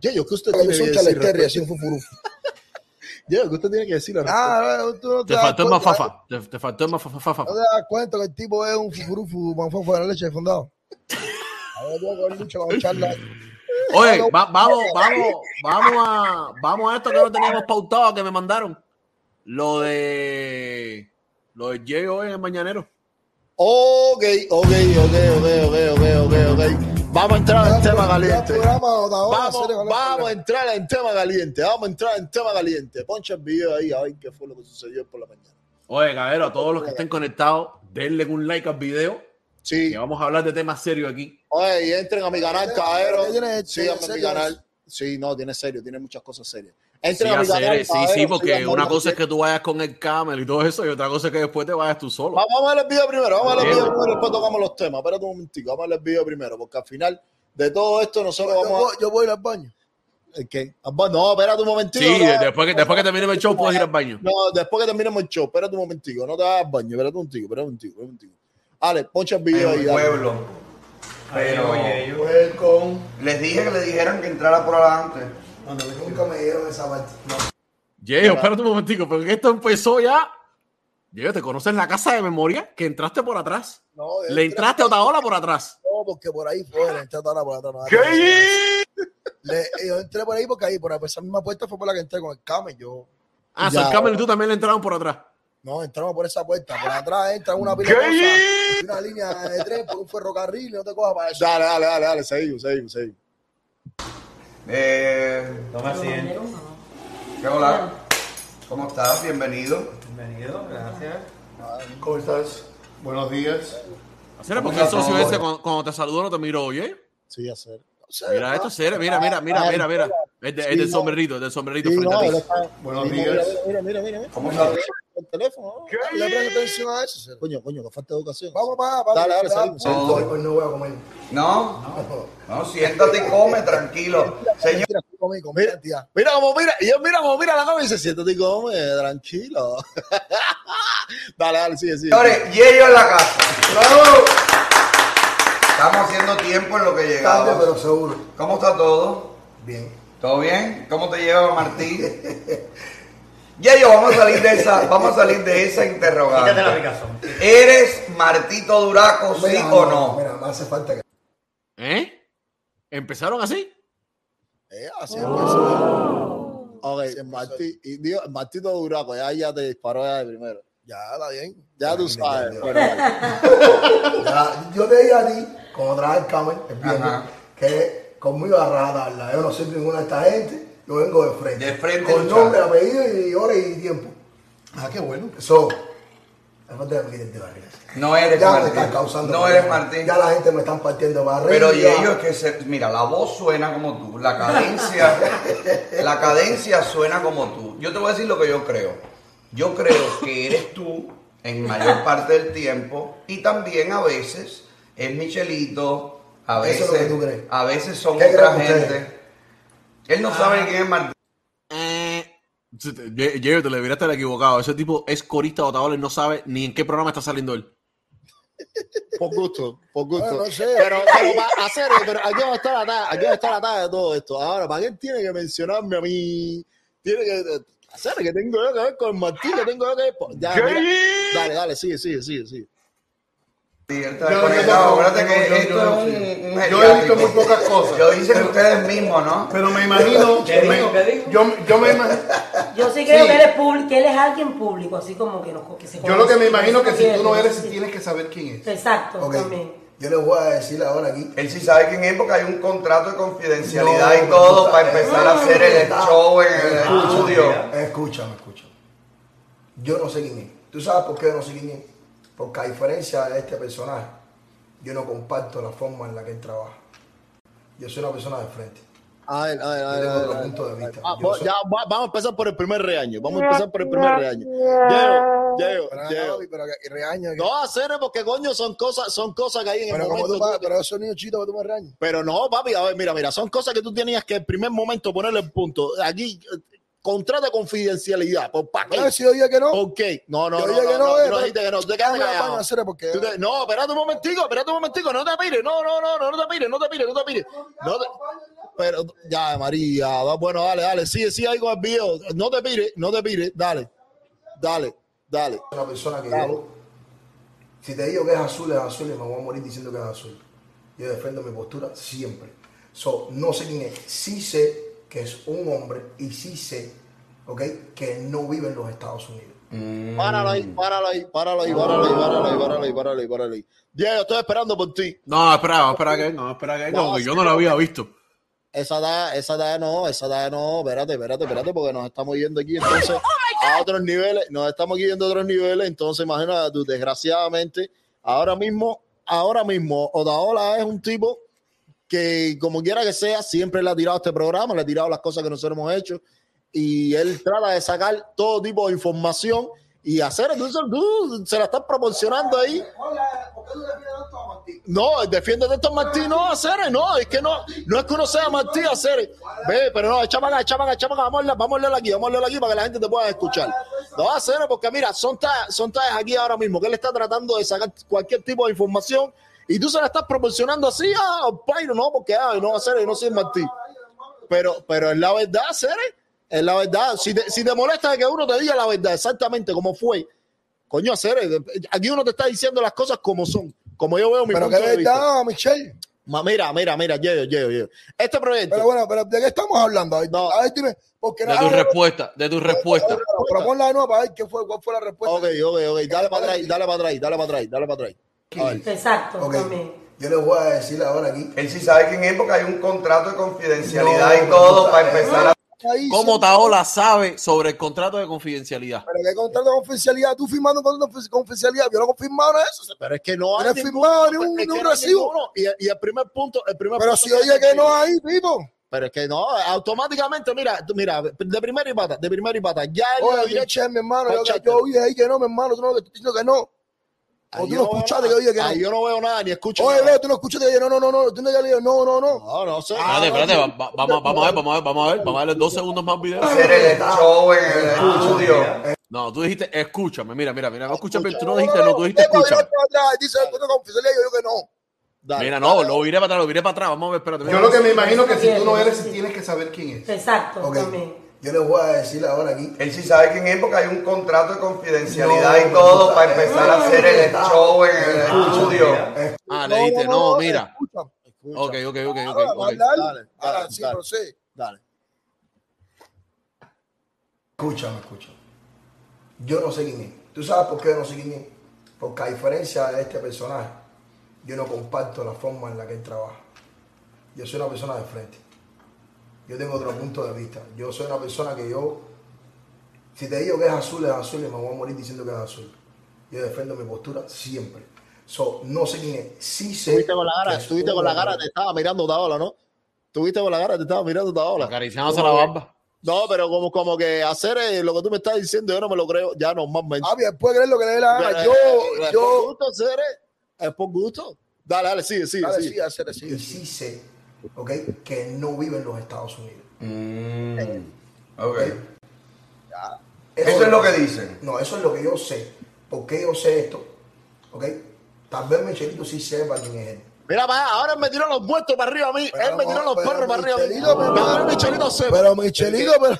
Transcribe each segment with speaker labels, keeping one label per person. Speaker 1: Yeyo, que usted tiene son chaleterria, así un fufurufo. Yeyo, que usted tiene que decirlo. al
Speaker 2: Ah, tú no
Speaker 3: Te
Speaker 2: das
Speaker 3: faltó el
Speaker 2: cuenta,
Speaker 4: pues,
Speaker 2: eh,
Speaker 3: mafafa. Te, te faltó el mafafa. fafa.
Speaker 2: No te das cuenta que el tipo es un fufurufu, manfofa de la leche de fundado. A ver, yo con Lucho, con charla.
Speaker 3: Oye, va- vamos, vamos, vamos a, vamos a esto que no teníamos pautado que me mandaron. Lo de lo de Jay hoy en el mañanero.
Speaker 1: Ok, ok, ok, ok, ok, ok, ok, ok. Vamos a entrar en tema caliente. Vamos, vamos a entrar en tema caliente. Vamos a entrar en tema caliente. Poncha el video ahí a ver qué fue lo que sucedió por la mañana.
Speaker 3: Oye, cabrero, a todos los que estén conectados, denle un like al video.
Speaker 1: Sí.
Speaker 3: Que vamos a hablar de temas serios aquí.
Speaker 1: Oye, y entren a mi canal,
Speaker 2: Tiene-
Speaker 1: cabrón.
Speaker 2: tiene
Speaker 1: Síganme en mi
Speaker 2: serio.
Speaker 1: canal. Sí, no, tiene serio, tiene muchas cosas serias.
Speaker 3: Sí,
Speaker 1: Entren a mi canal.
Speaker 3: hacer, sí, sí,
Speaker 1: cabrero,
Speaker 3: porque
Speaker 1: síganme
Speaker 3: una
Speaker 1: en
Speaker 3: cosa
Speaker 1: mi-
Speaker 3: es que tú vayas con el camel y todo eso, y otra cosa es que después te vayas tú solo.
Speaker 1: Va- Vamos a ver el video primero, vamos a ver el
Speaker 3: Sí.
Speaker 1: video primero, después tocamos los temas. Espérate un momentico, vamos a ver el video primero, porque al final de todo esto nosotros
Speaker 2: Yo
Speaker 1: vamos
Speaker 2: voy- yo voy al baño.
Speaker 1: a... ¿Qué? Ah, bueno, No, espérate un momentico.
Speaker 3: Sí,
Speaker 1: no,
Speaker 3: de- después que, después que terminemos el show puedes ir al baño.
Speaker 1: No, después que terminemos el show, espérate un momentico, no te hagas baño, espérate un tico, espérate un tico, espérate un tico. Ale, poncha el video ahí.
Speaker 5: un
Speaker 1: dale.
Speaker 5: pueblo. Pero
Speaker 4: Oye, yo
Speaker 5: les dije que le dijeran que entrara por adelante.
Speaker 4: nunca me dieron esa parte.
Speaker 3: Jay, espérate un momentico, porque esto empezó ya. Jay, ¿te conoces la casa de memoria? Que entraste por atrás.
Speaker 2: No,
Speaker 3: Le
Speaker 2: entra-
Speaker 3: entraste a Otaola por atrás.
Speaker 2: No, porque por ahí fue, le entré a toda la puerta. No, Le- yo entré por ahí porque ahí, por esa misma puerta fue por la que entré con el camel. Yo,
Speaker 3: Ah,
Speaker 1: Ya.
Speaker 3: San Camel y tú también le entraron por atrás.
Speaker 2: no, entramos por esa puerta. Por atrás entra una pila de cosas, y una línea de tren por un ferrocarril, y no te cojas para eso.
Speaker 1: Dale, dale, dale, dale, seguimos, seguimos, seguimos.
Speaker 5: Eh,
Speaker 4: Toma asiento.
Speaker 5: ¿qué hola? ¿Cómo estás? Bienvenido.
Speaker 4: Bienvenido, gracias.
Speaker 6: ¿Cómo estás? Buenos días.
Speaker 1: Ah,
Speaker 3: ¿Será porque el socio ese cuando, cuando te saludo no te miro, oye?
Speaker 1: Sí, hacer.
Speaker 3: Mira
Speaker 1: ah,
Speaker 3: esto, será, mira, mira, mira, mira, mira. Es, de- es del sombrerito, es del sombrerito
Speaker 1: Sí,
Speaker 3: frente
Speaker 1: no,
Speaker 3: a ti.
Speaker 1: él está-
Speaker 6: Buenos
Speaker 1: sí, no,
Speaker 6: días.
Speaker 1: Mira, mira, mira, mira.
Speaker 5: ¿Cómo
Speaker 4: Pues
Speaker 5: estás?
Speaker 1: El teléfono. ¿no?
Speaker 2: Le presto atención a eso. cero.
Speaker 1: Coño, coño, que falta de educación.
Speaker 2: Vamos para para
Speaker 1: Dale, dale, seguimos.
Speaker 5: No.
Speaker 4: Hoy, hoy no voy a comer.
Speaker 5: ¿No? No, siéntate y come, tranquilo. Señor,
Speaker 2: Mira, aquí conmigo, mira, tía.
Speaker 1: Mira cómo mira, y yo mira cómo mira la cama y se siente y come, tranquilo. dale, dale, sigue, sigue.
Speaker 5: señores, Yeyo en la casa. Estamos haciendo tiempo en lo que
Speaker 4: Tarde, pero
Speaker 5: llegamos.
Speaker 4: seguro.
Speaker 5: ¿Cómo está todo?
Speaker 4: Bien.
Speaker 5: ¿Todo bien? ¿Cómo te lleva Martín? Yeyo, vamos a salir de esa, vamos a salir de esa
Speaker 4: Quítate la
Speaker 5: interrogante.
Speaker 4: picazón.
Speaker 5: ¿Eres Martito Duraco, sí
Speaker 4: Mira,
Speaker 5: o no?
Speaker 4: Mira, me hace falta que.
Speaker 3: ¿Eh? ¿Empezaron así?
Speaker 1: Eh, así
Speaker 2: pues,
Speaker 1: empezó. Ok, Martí, y digo, Martito Duraco, ya, ya te disparó ya de primero.
Speaker 2: Ya, está bien.
Speaker 1: Ya tú sabes.
Speaker 4: ya.
Speaker 1: Bueno, dale.
Speaker 4: Ya, yo te dije a ti, cuando traje el camel, el viernes,
Speaker 5: Ajá.
Speaker 4: que conmigo a darla. Yo no soy ninguna de esta gente, yo vengo de frente.
Speaker 5: De frente,
Speaker 4: Con
Speaker 5: luchar.
Speaker 4: nombre, apellido y hora y tiempo.
Speaker 6: Ah, qué bueno.
Speaker 4: Eso. Es falta de me quiten de barriga.
Speaker 5: No eres
Speaker 4: Ya me están
Speaker 5: Martín.
Speaker 4: causando.
Speaker 5: No
Speaker 4: problemas.
Speaker 5: eres Martín.
Speaker 4: Ya la gente me están partiendo barriga.
Speaker 5: Pero y ellos que se, mira, la voz suena como tú, la cadencia, la cadencia suena como tú. Yo te voy a decir lo que yo creo. Yo creo que eres tú en mayor parte del tiempo y también a veces es Michelito, a
Speaker 4: Eso
Speaker 5: veces,
Speaker 4: es lo que tú crees.
Speaker 5: a veces son
Speaker 4: ¿Qué
Speaker 5: otra
Speaker 4: creen ustedes?
Speaker 5: gente. Él no
Speaker 6: Ah.
Speaker 5: sabe quién es Martín.
Speaker 3: Eh. Ye- Ye, te le deberías estar equivocado. Ese tipo es corista de Otaola y no sabe ni en qué programa está saliendo él.
Speaker 1: Por gusto, por gusto.
Speaker 2: Bueno, no sé.
Speaker 1: Pero, pero para hacer, pero aquí va a estar la talla, aquí va a estar la talla de todo esto. Ahora, ¿para qué tiene que mencionarme a mí? Tiene que hacer que tengo yo que ver con Martí, que tengo yo que ver. por- Ya, mira. Dale, dale, sigue, sigue, sigue, sigue.
Speaker 5: Él está
Speaker 6: Yo- yo
Speaker 5: desconectado.
Speaker 6: no-
Speaker 5: Acuérdate que
Speaker 6: yo- yo-
Speaker 5: esto
Speaker 6: yo-
Speaker 5: es un, un
Speaker 6: Yo he visto
Speaker 5: geriátrico.
Speaker 6: muy pocas cosas.
Speaker 5: Lo dicen ustedes mismos, ¿no?
Speaker 6: Pero me imagino.
Speaker 4: ¿Qué
Speaker 6: me-
Speaker 4: dijo?
Speaker 7: ¿Qué dijo?
Speaker 6: Yo, yo me imagino.
Speaker 7: Yo sí creo
Speaker 6: Sí.
Speaker 7: que, eres público, que él es alguien público, así como que, no, que se
Speaker 6: Yo lo que me imagino que si tú no
Speaker 7: pierde,
Speaker 6: eres,
Speaker 7: sí.
Speaker 6: tienes que saber quién es.
Speaker 7: Exacto,
Speaker 4: Ok,
Speaker 7: también.
Speaker 4: Yo les voy a decir ahora aquí.
Speaker 5: Él sí sabe quién es porque hay un contrato de confidencialidad
Speaker 4: No,
Speaker 5: y todo
Speaker 4: no,
Speaker 5: para
Speaker 4: no,
Speaker 5: empezar
Speaker 4: no,
Speaker 5: a hacer el
Speaker 4: no,
Speaker 5: show en el
Speaker 4: escúchame,
Speaker 5: estudio.
Speaker 4: Escúchame, escúchame. Yo no sé quién es. ¿Tú sabes por qué yo no sé quién es? Porque a diferencia de este personaje, yo no comparto la forma en la que él trabaja. Yo soy una persona de frente.
Speaker 1: A ver, a ver, a ver.
Speaker 4: Yo tengo
Speaker 1: a ver,
Speaker 4: otro
Speaker 1: a ver.
Speaker 4: punto de vista.
Speaker 1: Ah,
Speaker 4: Yo
Speaker 1: va-
Speaker 4: soy-
Speaker 1: ya, va- vamos a empezar por el primer reaño. Vamos a empezar por el primer reaño. Llego, llego,
Speaker 2: Pero,
Speaker 1: llego.
Speaker 2: no, pero que reaña. que-
Speaker 1: No hacer porque coño son cosas, son cosas que hay en el
Speaker 2: pero como
Speaker 1: momento.
Speaker 2: tú vas, pero esos niños chitos que tú me reañas.
Speaker 1: Pero no, papi, a ver, mira, mira, son cosas que tú tenías que en primer momento ponerle el punto. Aquí, eh, contrato de confidencialidad. ¿Por para
Speaker 2: No,
Speaker 1: qué?
Speaker 2: si yo dije que no.
Speaker 1: ¿Por qué? No, no,
Speaker 2: Yo
Speaker 1: no,
Speaker 2: dije
Speaker 1: no, no,
Speaker 2: que no, eh,
Speaker 1: no,
Speaker 2: pero-
Speaker 1: dijiste que no, te
Speaker 2: No
Speaker 1: quedas
Speaker 2: me la van
Speaker 1: callado.
Speaker 2: a hacer porque.
Speaker 1: Tú te- No, espérate un momentico, espérate un momentico, no te pires, no, no, no, no, no te pires, no te pires, no te pires, no te pires. No te- pero ya, María, va, bueno, dale, dale, sigue, sigue ahí con el video. No te pires, no te pires, dale, dale, dale.
Speaker 4: una persona que
Speaker 1: Claro.
Speaker 4: yo, si te digo que es azul, es azul y me voy a morir diciendo que es azul. Yo defiendo mi postura siempre. So, no sé quién es. Sí sé que es un hombre y sí sé, ¿ok? Que no vive en los Estados Unidos.
Speaker 1: Páralo ahí, páralo ahí, páralo ahí, páralo ahí, páralo ahí, páralo ahí, páralo ahí, páralo ahí. Diego, estoy esperando por ti.
Speaker 3: No, espera, vamos a esperar que venga, vamos a esperar que venga,
Speaker 1: No,
Speaker 3: porque yo
Speaker 1: sí,
Speaker 3: no lo
Speaker 1: no.
Speaker 3: había visto.
Speaker 1: Esa da, esa da no, esa da no, espérate, espérate, espérate, porque nos estamos yendo aquí entonces a otros niveles, nos estamos yendo a otros niveles, entonces imagínate tú, desgraciadamente, ahora mismo, ahora mismo, Odaola es un tipo que como quiera que sea, siempre le ha tirado este programa, le ha tirado las cosas que nosotros hemos hecho, y él trata de sacar todo tipo de información y hacer, entonces tú se la estás proporcionando ahí.
Speaker 2: Hola, ¿por qué tú defiendes tanto a Martín?
Speaker 1: No, defiéndete esto Martí, no, Aceres, no, es que no, no es que uno sea Martí, Aceres. Ve, pero no, echa para acá, echa para acá, echa para acá, vamos a leerla, vamos a leerla aquí, vamos a leerla aquí para que la gente te pueda escuchar. No, Aceres, porque mira, son tales son tales aquí ahora mismo, que él está tratando de sacar cualquier tipo de información y tú se la estás proporcionando así, ah, Pairo, no, porque, ah, no, Aceres, no soy Martí. Pero, pero es la verdad, Aceres, es la verdad. Si te, si te molesta que uno te diga la verdad, exactamente como fue, coño, Aceres, aquí uno te está diciendo las cosas como son. Como yo veo mi
Speaker 2: Pero qué
Speaker 1: punto de vista.
Speaker 2: verdad, Michelle.
Speaker 1: Ma- Mira, mira, mira, yo, yo, yo. Este proyecto.
Speaker 2: Pero bueno, pero ¿de qué estamos hablando? A ver,
Speaker 1: No.
Speaker 2: a ver, dime, porque
Speaker 3: De tu respuesta, de tu respuesta.
Speaker 2: Proponla de nuevo para ver qué fue, cuál fue la respuesta.
Speaker 1: ok, ok, ok. Dale para atrás, dale para atrás, dale para atrás, dale para atrás. A ver.
Speaker 7: Exacto,
Speaker 4: ¿ok?
Speaker 7: también.
Speaker 4: Yo les voy a decir ahora aquí.
Speaker 5: Él sí sabe quién es porque hay un contrato de confidencialidad
Speaker 4: No,
Speaker 5: y todo
Speaker 4: no,
Speaker 5: para
Speaker 4: no,
Speaker 5: empezar a...
Speaker 2: Ahí,
Speaker 3: ¿Cómo
Speaker 2: sí.
Speaker 3: Taola sabe sobre el contrato de confidencialidad?
Speaker 2: Pero qué contrato de confidencialidad, tú firmando un contrato de confi- confidencialidad, yo no he confirmado nada de eso.
Speaker 1: Pero es que no
Speaker 2: Yo
Speaker 1: hay
Speaker 2: no he
Speaker 1: ningún-
Speaker 2: firmado ni un,
Speaker 1: es que
Speaker 2: ni un
Speaker 1: no hay
Speaker 2: recibo.
Speaker 1: ninguno. Y, y el primer punto, el primer
Speaker 2: Pero
Speaker 1: punto
Speaker 2: si yo dije que no ahí, Pipo.
Speaker 1: Pero es que no, automáticamente, mira, tú- mira, de primera y pata, de primera y pata. Ya él le
Speaker 2: Oye,
Speaker 1: dirá-
Speaker 2: Michelle, mi hermano, yo,
Speaker 1: Conchate.
Speaker 2: yo dije ahí que no, mi hermano, tú no, tú diciendo que no.
Speaker 1: Ahí
Speaker 2: O
Speaker 1: yo
Speaker 2: tú no
Speaker 1: veo
Speaker 2: escuchaste
Speaker 1: nada.
Speaker 2: que yo dije que
Speaker 1: Ahí
Speaker 2: no.
Speaker 1: yo no veo nada, ni escucho.
Speaker 2: Oye,
Speaker 1: nada.
Speaker 2: Leo, tú no escuchaste que yo dije no, no, no, no, tú no le dije no, no, no.
Speaker 1: No, no sé.
Speaker 3: Espérate, espérate, va- va- vamos, vamos a ver, vamos a ver, vamos a ver, vamos a ver dos segundos más video.
Speaker 5: hacer el show en el estudio.
Speaker 3: No, tú dijiste, escúchame, mira, mira, mira, no escúchame,
Speaker 1: Escucha.
Speaker 3: tú no dijiste, no, tú dijiste,
Speaker 2: Pipo, yo
Speaker 3: escúchame.
Speaker 2: no puedo atrás, Dice el contrato de confidencialidad, yo digo que no.
Speaker 1: Dale.
Speaker 3: Mira, no, lo viré para atrás, lo viré para atrás, vamos a ver, espérate.
Speaker 6: Yo
Speaker 3: mira.
Speaker 6: lo que me imagino que si tú no eres, tienes que saber quién es.
Speaker 7: Exacto,
Speaker 4: Ok.
Speaker 7: también.
Speaker 4: Yo les voy a decir ahora aquí.
Speaker 5: Él sí sabe quién es porque hay un contrato de
Speaker 4: No,
Speaker 5: confidencialidad y todo
Speaker 4: no,
Speaker 5: para
Speaker 4: no,
Speaker 5: empezar
Speaker 4: no,
Speaker 5: a hacer el
Speaker 4: no,
Speaker 5: show en el
Speaker 4: no,
Speaker 5: estudio.
Speaker 3: Ah, le dijiste, no, mira.
Speaker 2: escucha.
Speaker 1: Escucha.
Speaker 3: Ok, ok, ok, ok,
Speaker 2: Ahora,
Speaker 3: ok.
Speaker 2: va a hablar.
Speaker 1: Dale,
Speaker 2: Ahora
Speaker 1: dale,
Speaker 2: sí,
Speaker 1: dale.
Speaker 2: pero sí.
Speaker 1: Dale.
Speaker 4: Escúchame, escúchame. Yo no sé quién es. ¿Tú sabes por qué yo no sé quién es? Porque a diferencia de este personaje, yo no comparto la forma en la que él trabaja. Yo soy una persona de frente. Yo tengo otro punto de vista. Yo soy una persona que yo, si te digo que es azul, es azul y me voy a morir diciendo que es azul. Yo defiendo mi postura siempre. So, no sé quién es. Sí sé.
Speaker 1: Estuviste con la
Speaker 4: que
Speaker 1: cara,
Speaker 4: es
Speaker 1: estuviste
Speaker 4: un
Speaker 1: con la
Speaker 4: hombre.
Speaker 1: cara, te estaba mirando Taola, ¿no? Estuviste con la cara, te estaba mirando Taola.
Speaker 3: Acariciándose la barba.
Speaker 1: No, pero como, como que hacer eh, lo que tú me estás diciendo, yo no me lo creo, ya normalmente.
Speaker 2: Ah, bien, puede creer lo que le dé la gana.
Speaker 1: Pero,
Speaker 2: Yo,
Speaker 1: eh, es por
Speaker 2: yo.
Speaker 1: gusto, hacer, eh, es por gusto. Dale, dale, sigue, sigue,
Speaker 2: Dale,
Speaker 1: sigue.
Speaker 2: sí, hacer sí.
Speaker 4: y sí sé, ¿ok? Que no vive en los Estados Unidos.
Speaker 5: Mm, Ok.
Speaker 4: Eso,
Speaker 5: Eso es lo que dicen.
Speaker 4: No, eso es lo que yo sé. ¿Por qué yo sé esto? ¿Ok? Tal vez Michelito sí sepa quién es él.
Speaker 1: Mira, para allá, ahora él me tiró los muertos para arriba a mí,
Speaker 2: Pero
Speaker 1: él me tiró
Speaker 2: no,
Speaker 1: los
Speaker 2: pero
Speaker 1: perros para arriba a mí.
Speaker 2: Michelito, pero-
Speaker 1: Vamos a ver, Michelito se
Speaker 2: Pero Michelito, pero.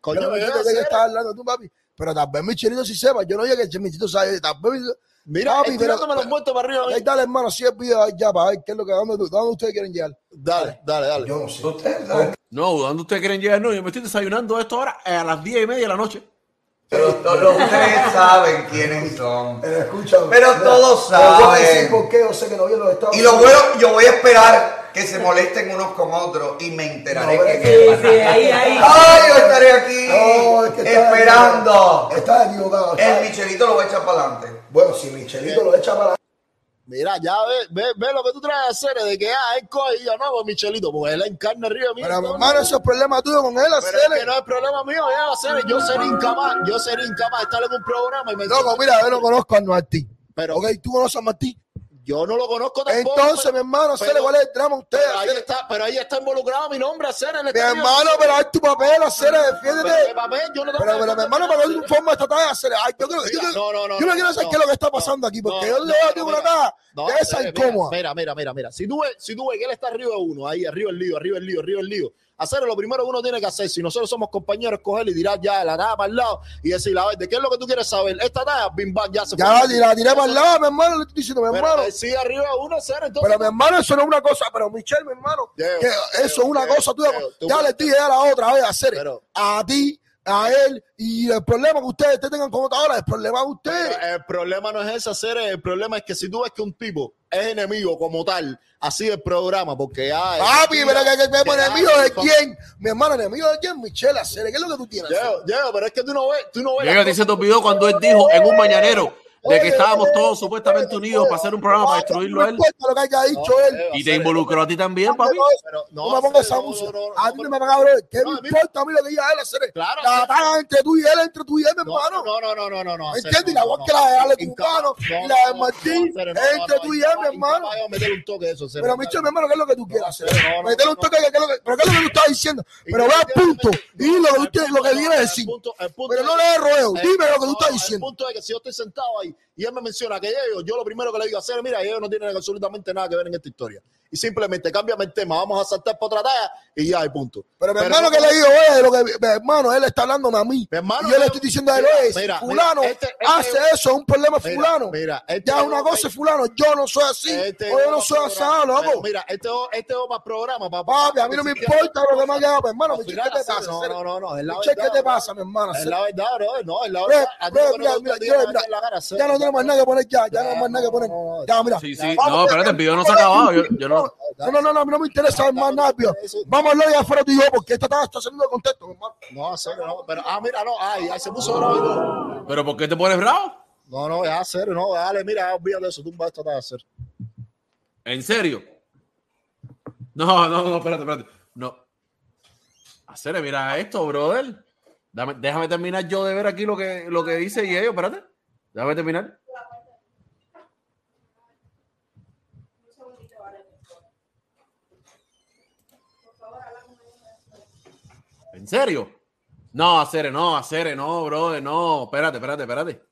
Speaker 1: Coño,
Speaker 2: pero
Speaker 1: me
Speaker 2: yo
Speaker 1: voy a
Speaker 2: sé que
Speaker 1: hacer.
Speaker 2: estás hablando tú, papi. Pero tal vez Michelito sí sepa. Yo no dije que Michelito sabe. Tal vez.
Speaker 1: Mira, él tirándome los muertos para arriba a
Speaker 2: Ahí
Speaker 1: mí.
Speaker 2: dale, hermano, si es vida ya para ver qué es lo que dónde, tú- dónde ustedes quieren llegar.
Speaker 1: Dale, dale, dale.
Speaker 4: Yo no sé.
Speaker 5: Ustedes saben.
Speaker 3: No, ¿dónde ustedes quieren llegar? No, yo me estoy desayunando esto ahora eh, a las diez y media de la noche.
Speaker 5: Pero todos ustedes saben quiénes son.
Speaker 4: Pero escúchame.
Speaker 5: Pero
Speaker 4: mira,
Speaker 5: todos
Speaker 4: te voy a
Speaker 5: saben.
Speaker 4: decir ¿Por qué yo sé que no vive en los Estados
Speaker 5: Y lo
Speaker 4: Unidos?
Speaker 5: bueno, yo voy a esperar que se molesten unos con otros y me enteraré
Speaker 4: No,
Speaker 5: que
Speaker 4: pero-
Speaker 7: Sí, sí, ahí, ahí.
Speaker 5: ¡Ay, yo estaré aquí!
Speaker 4: No, es que estás
Speaker 5: esperando.
Speaker 4: equivocado. Estás equivocado.
Speaker 5: El
Speaker 4: ¿sabes?
Speaker 5: Michelito lo va a echar para adelante.
Speaker 4: Bueno, si Michelito lo echa para adelante,
Speaker 1: Mira, ya ve, ve, ve lo que tú traes a hacer, de que ah, él coge y yo no, pues Michelito, porque él encarna arriba a mí.
Speaker 2: Pero, mi
Speaker 1: entonces-
Speaker 2: hermano, eso es problema tuyo con él,
Speaker 1: Pero es que
Speaker 2: hacer.
Speaker 1: no es problema mío, ya hacer, yo seré incapaz, yo seré incapaz de estar en un programa y me
Speaker 2: Loco, mira, yo no conozco a Martí.
Speaker 1: Pero-
Speaker 2: Pero, ok, tú conoces a Martí.
Speaker 1: Yo no lo conozco tampoco.
Speaker 2: Entonces, mi hermano,
Speaker 1: pero-
Speaker 2: Cere, ¿cuál es el drama usted?
Speaker 1: pero ahí
Speaker 2: Cere?
Speaker 1: está, pero ahí está involucrado mi nombre, Acera.
Speaker 2: Mi hermano, pero haz tu papel, Cere, defiéndete.
Speaker 1: yo no tengo
Speaker 2: Pero,
Speaker 1: que
Speaker 2: pero mi
Speaker 1: defender
Speaker 2: hermano,
Speaker 1: a
Speaker 2: para
Speaker 1: Cere.
Speaker 2: un forma estatal, Cere. Ay, yo creo yo
Speaker 1: Mira,
Speaker 2: creo-
Speaker 1: no, no, no,
Speaker 2: yo no
Speaker 1: no,
Speaker 2: quiero saber
Speaker 1: no,
Speaker 2: qué es lo que está
Speaker 1: no,
Speaker 2: pasando aquí, porque
Speaker 1: no,
Speaker 2: yo le
Speaker 1: no,
Speaker 2: veo
Speaker 1: no,
Speaker 2: aquí una
Speaker 1: mira.
Speaker 2: cara
Speaker 1: No,
Speaker 2: de esa
Speaker 1: mira,
Speaker 2: incómoda.
Speaker 1: Mira, mira, mira, mira. Si tú ves, si tú ves que él está arriba de uno, ahí arriba el lío, arriba el lío, arriba el lío. Hacer lo primero que uno tiene que hacer, si nosotros somos compañeros, coger y tirar ya la nada para el lado y decir, a ver, ¿de qué es lo que tú quieres saber? Esta nada, bim, bam, ya se
Speaker 2: Ya
Speaker 1: fue.
Speaker 2: la tiré, la tiré para el lado, mi hermano, le estoy diciendo, mi
Speaker 1: Pero
Speaker 2: hermano.
Speaker 1: eh, sí, arriba de uno, Acera, entonces.
Speaker 2: Pero mi hermano, eso no es una cosa, pero Michelle, mi hermano,
Speaker 1: Diego,
Speaker 2: que
Speaker 1: Diego,
Speaker 2: eso es una
Speaker 1: Diego,
Speaker 2: cosa tuya.
Speaker 1: Diego, tú
Speaker 2: ya
Speaker 1: puedes-
Speaker 2: le dije a la otra, a ver, hacer
Speaker 1: Pero-
Speaker 2: a ti, a él, y el problema que ustedes tengan con otra hora, el problema de ustedes.
Speaker 1: Pero el problema no es ese hacer, el problema es que si tú ves que un tipo es enemigo como tal, así el programa, porque ya.
Speaker 2: Papi, pero que, que, que-
Speaker 1: Te da
Speaker 2: enemigo de
Speaker 1: culpa.
Speaker 2: quién, mi hermano, enemigo de quién, Michelle, hacer, ¿qué es lo que tú tienes? Acere?
Speaker 1: Diego, Diego, pero Pues es que tú no ves, tú no ves.
Speaker 3: Diego, a
Speaker 1: las
Speaker 3: ti se
Speaker 1: cosas-
Speaker 3: te olvidó cuando él dijo en un mañanero de que estábamos todos supuestamente unidos para hacer un programa para destruirlo a él.
Speaker 2: No importa lo que haya dicho
Speaker 1: No,
Speaker 2: él.
Speaker 1: Diego,
Speaker 3: Y te
Speaker 1: Acera,
Speaker 3: involucró a ti también,
Speaker 2: No,
Speaker 3: papi.
Speaker 1: Pero
Speaker 2: no,
Speaker 1: no,
Speaker 2: me pongas esa
Speaker 1: Acere, no,
Speaker 2: música.
Speaker 1: no, no,
Speaker 2: a
Speaker 1: no,
Speaker 2: mí
Speaker 1: pero-
Speaker 2: no me hagas hablar. ¿Qué
Speaker 1: No,
Speaker 2: me
Speaker 1: a mí-
Speaker 2: importa a mí lo que diga él, Acere?
Speaker 1: Claro,
Speaker 2: La
Speaker 1: Acere.
Speaker 2: taga entre tú y él, entre tú y él, mi
Speaker 1: No,
Speaker 2: hermano.
Speaker 1: No, no, no, no, no, no. Acero,
Speaker 2: ¿Entiendes? Y la
Speaker 1: no,
Speaker 2: voz
Speaker 1: no.
Speaker 2: que la de Ale
Speaker 1: Inca- no,
Speaker 2: Cubano, la de
Speaker 1: no, no,
Speaker 2: Martín,
Speaker 1: Acero, no,
Speaker 2: entre
Speaker 1: no,
Speaker 2: tú y él, mi
Speaker 1: incapaz-
Speaker 2: hermano.
Speaker 1: incapaz de meterle un toque a eso, Acero,
Speaker 2: Pero
Speaker 1: no,
Speaker 2: Michelle, mi hermano, ¿qué es lo que tú quieres hacer?
Speaker 1: no, no, no,
Speaker 2: Meterle un
Speaker 1: no.
Speaker 2: toque, ¿qué es lo que- pero ¿qué es lo que tú estás diciendo? Pero ve al punto, y lo que tú tienes- lo que vienes a decir.
Speaker 1: El punto- el punto
Speaker 2: Pero
Speaker 1: es-
Speaker 2: no le des rodeo,
Speaker 1: Eh,
Speaker 2: dime lo que
Speaker 1: no,
Speaker 2: tú estás
Speaker 1: no, El
Speaker 2: diciendo.
Speaker 1: punto es que si yo estoy sentado ahí y él me menciona que ellos, yo lo primero que le digo a hacer, mira, ellos no tienen absolutamente nada que ver en esta historia. Y simplemente cámbiame el tema, vamos a saltar para otra talla y ya, y punto.
Speaker 2: Pero mi hermano que le digo, oye, lo que, mi hermano, él está hablándome a mí.
Speaker 1: Mi hermano,
Speaker 2: y yo le
Speaker 1: mira,
Speaker 2: estoy diciendo a él,
Speaker 1: mira,
Speaker 2: oye, si
Speaker 1: mira,
Speaker 2: fulano
Speaker 1: mira, este- este-
Speaker 2: hace eso, es un problema
Speaker 1: Mira,
Speaker 2: fulano.
Speaker 1: mira, este
Speaker 2: ya es
Speaker 1: es
Speaker 2: una
Speaker 1: un-
Speaker 2: cosa es fulano, yo no soy así.
Speaker 1: Este
Speaker 2: o yo
Speaker 1: otro
Speaker 2: no soy así,
Speaker 1: programa.
Speaker 2: loco.
Speaker 1: Pero Mira, este o- este es otro programa, papá.
Speaker 2: Papi, a mí no me
Speaker 1: Ni siquiera-
Speaker 2: importa lo que me han quedado, mi hermano.
Speaker 1: Al
Speaker 2: Michelle,
Speaker 1: final,
Speaker 2: ¿qué te
Speaker 1: hacer-
Speaker 2: pasa?
Speaker 1: No, no, no, no, es la
Speaker 2: Michelle, ¿qué
Speaker 1: verdad,
Speaker 2: te
Speaker 1: bro.
Speaker 2: pasa, mi hermano?
Speaker 1: Es la verdad, bro. No, es la
Speaker 2: Ve,
Speaker 1: verdad. A ti
Speaker 2: ve,
Speaker 1: lo que no
Speaker 2: mira,
Speaker 1: te gusta,
Speaker 2: mira, yo,
Speaker 1: tienes
Speaker 2: mira,
Speaker 1: que la cara, hacer.
Speaker 2: ya no tenemos más nada que poner ya, ya no tenemos más nada que poner. Ya, mira.
Speaker 3: Sí, sí.
Speaker 2: Vamos,
Speaker 3: No, espérate, el video no se ha acabado. Yo, yo no.
Speaker 2: No, no, no, no, a mí no me interesa es más nada, pío. Vamos a hablar ya afuera tú y yo, porque esta está, está saliendo de contexto, mi hermano.
Speaker 1: No, serio, no. Pero, ah, mira, no, ay, ay, se puso bravo. y todo.
Speaker 3: ¿Pero por qué te pones bravo?
Speaker 1: No, no, ya, serio, no, dale, mira, olvídate de eso, tumba esto, a hacer.
Speaker 3: ¿En serio? No, no, no, espérate, espérate. No. Hacer, mira esto, brother. Dame- déjame terminar yo de ver aquí lo que, lo que dice y ellos, espérate. Déjame terminar. ¿En serio? No, hacer, no, hacer, no, brother, no. Espérate, espérate, espérate.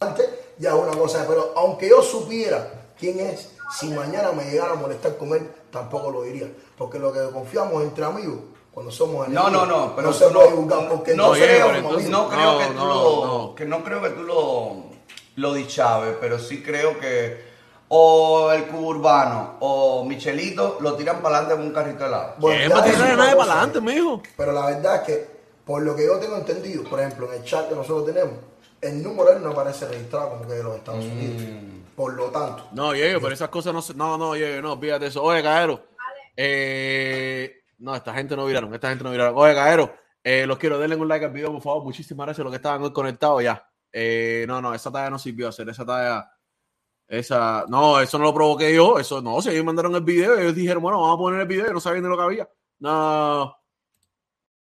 Speaker 4: Antes, ya es una cosa, pero aunque yo supiera quién es, si mañana me llegara a molestar con él, tampoco lo diría. Porque lo que confiamos entre amigos, cuando somos
Speaker 5: No,
Speaker 4: enemigos,
Speaker 5: no, no, pero
Speaker 4: se
Speaker 5: tú
Speaker 4: puede juzgar porque
Speaker 5: no,
Speaker 4: no,
Speaker 3: Oye,
Speaker 4: creo,
Speaker 3: pero entonces-
Speaker 4: no,
Speaker 5: no creo
Speaker 3: no,
Speaker 5: que tú
Speaker 3: no,
Speaker 5: lo,
Speaker 3: no.
Speaker 5: que no creo que tú lo, lo dichaves, pero sí creo que o el cubo urbano o Michelito lo tiran para adelante con un carrito helado.
Speaker 4: Bueno,
Speaker 3: ¿Qué?
Speaker 4: ya
Speaker 3: ¿Para
Speaker 4: es
Speaker 3: tirar a
Speaker 4: una
Speaker 3: nadie
Speaker 4: cosa,
Speaker 3: para adelante, mijo?
Speaker 4: Pero la verdad es que, por lo que yo tengo entendido, por ejemplo, en el chat que nosotros tenemos, el número de él no aparece registrado como que de los Estados Unidos. Por lo tanto,
Speaker 3: No, Diego, pero esas cosas no se- No, no, Diego, no, fíjate eso. Oye, Caero. eh, no, esta gente no viraron, esta gente no viraron. Oye, Caero, eh, los quiero, denle un like al video, por favor. Muchísimas gracias a los que estaban hoy conectados ya. Eh, no, no, esa talla no sirvió hacer, esa talla. Esa, no, eso no lo provoqué yo. Eso no, si ellos mandaron el video, ellos dijeron, bueno, vamos a poner el video, y no sabían de lo que había. No,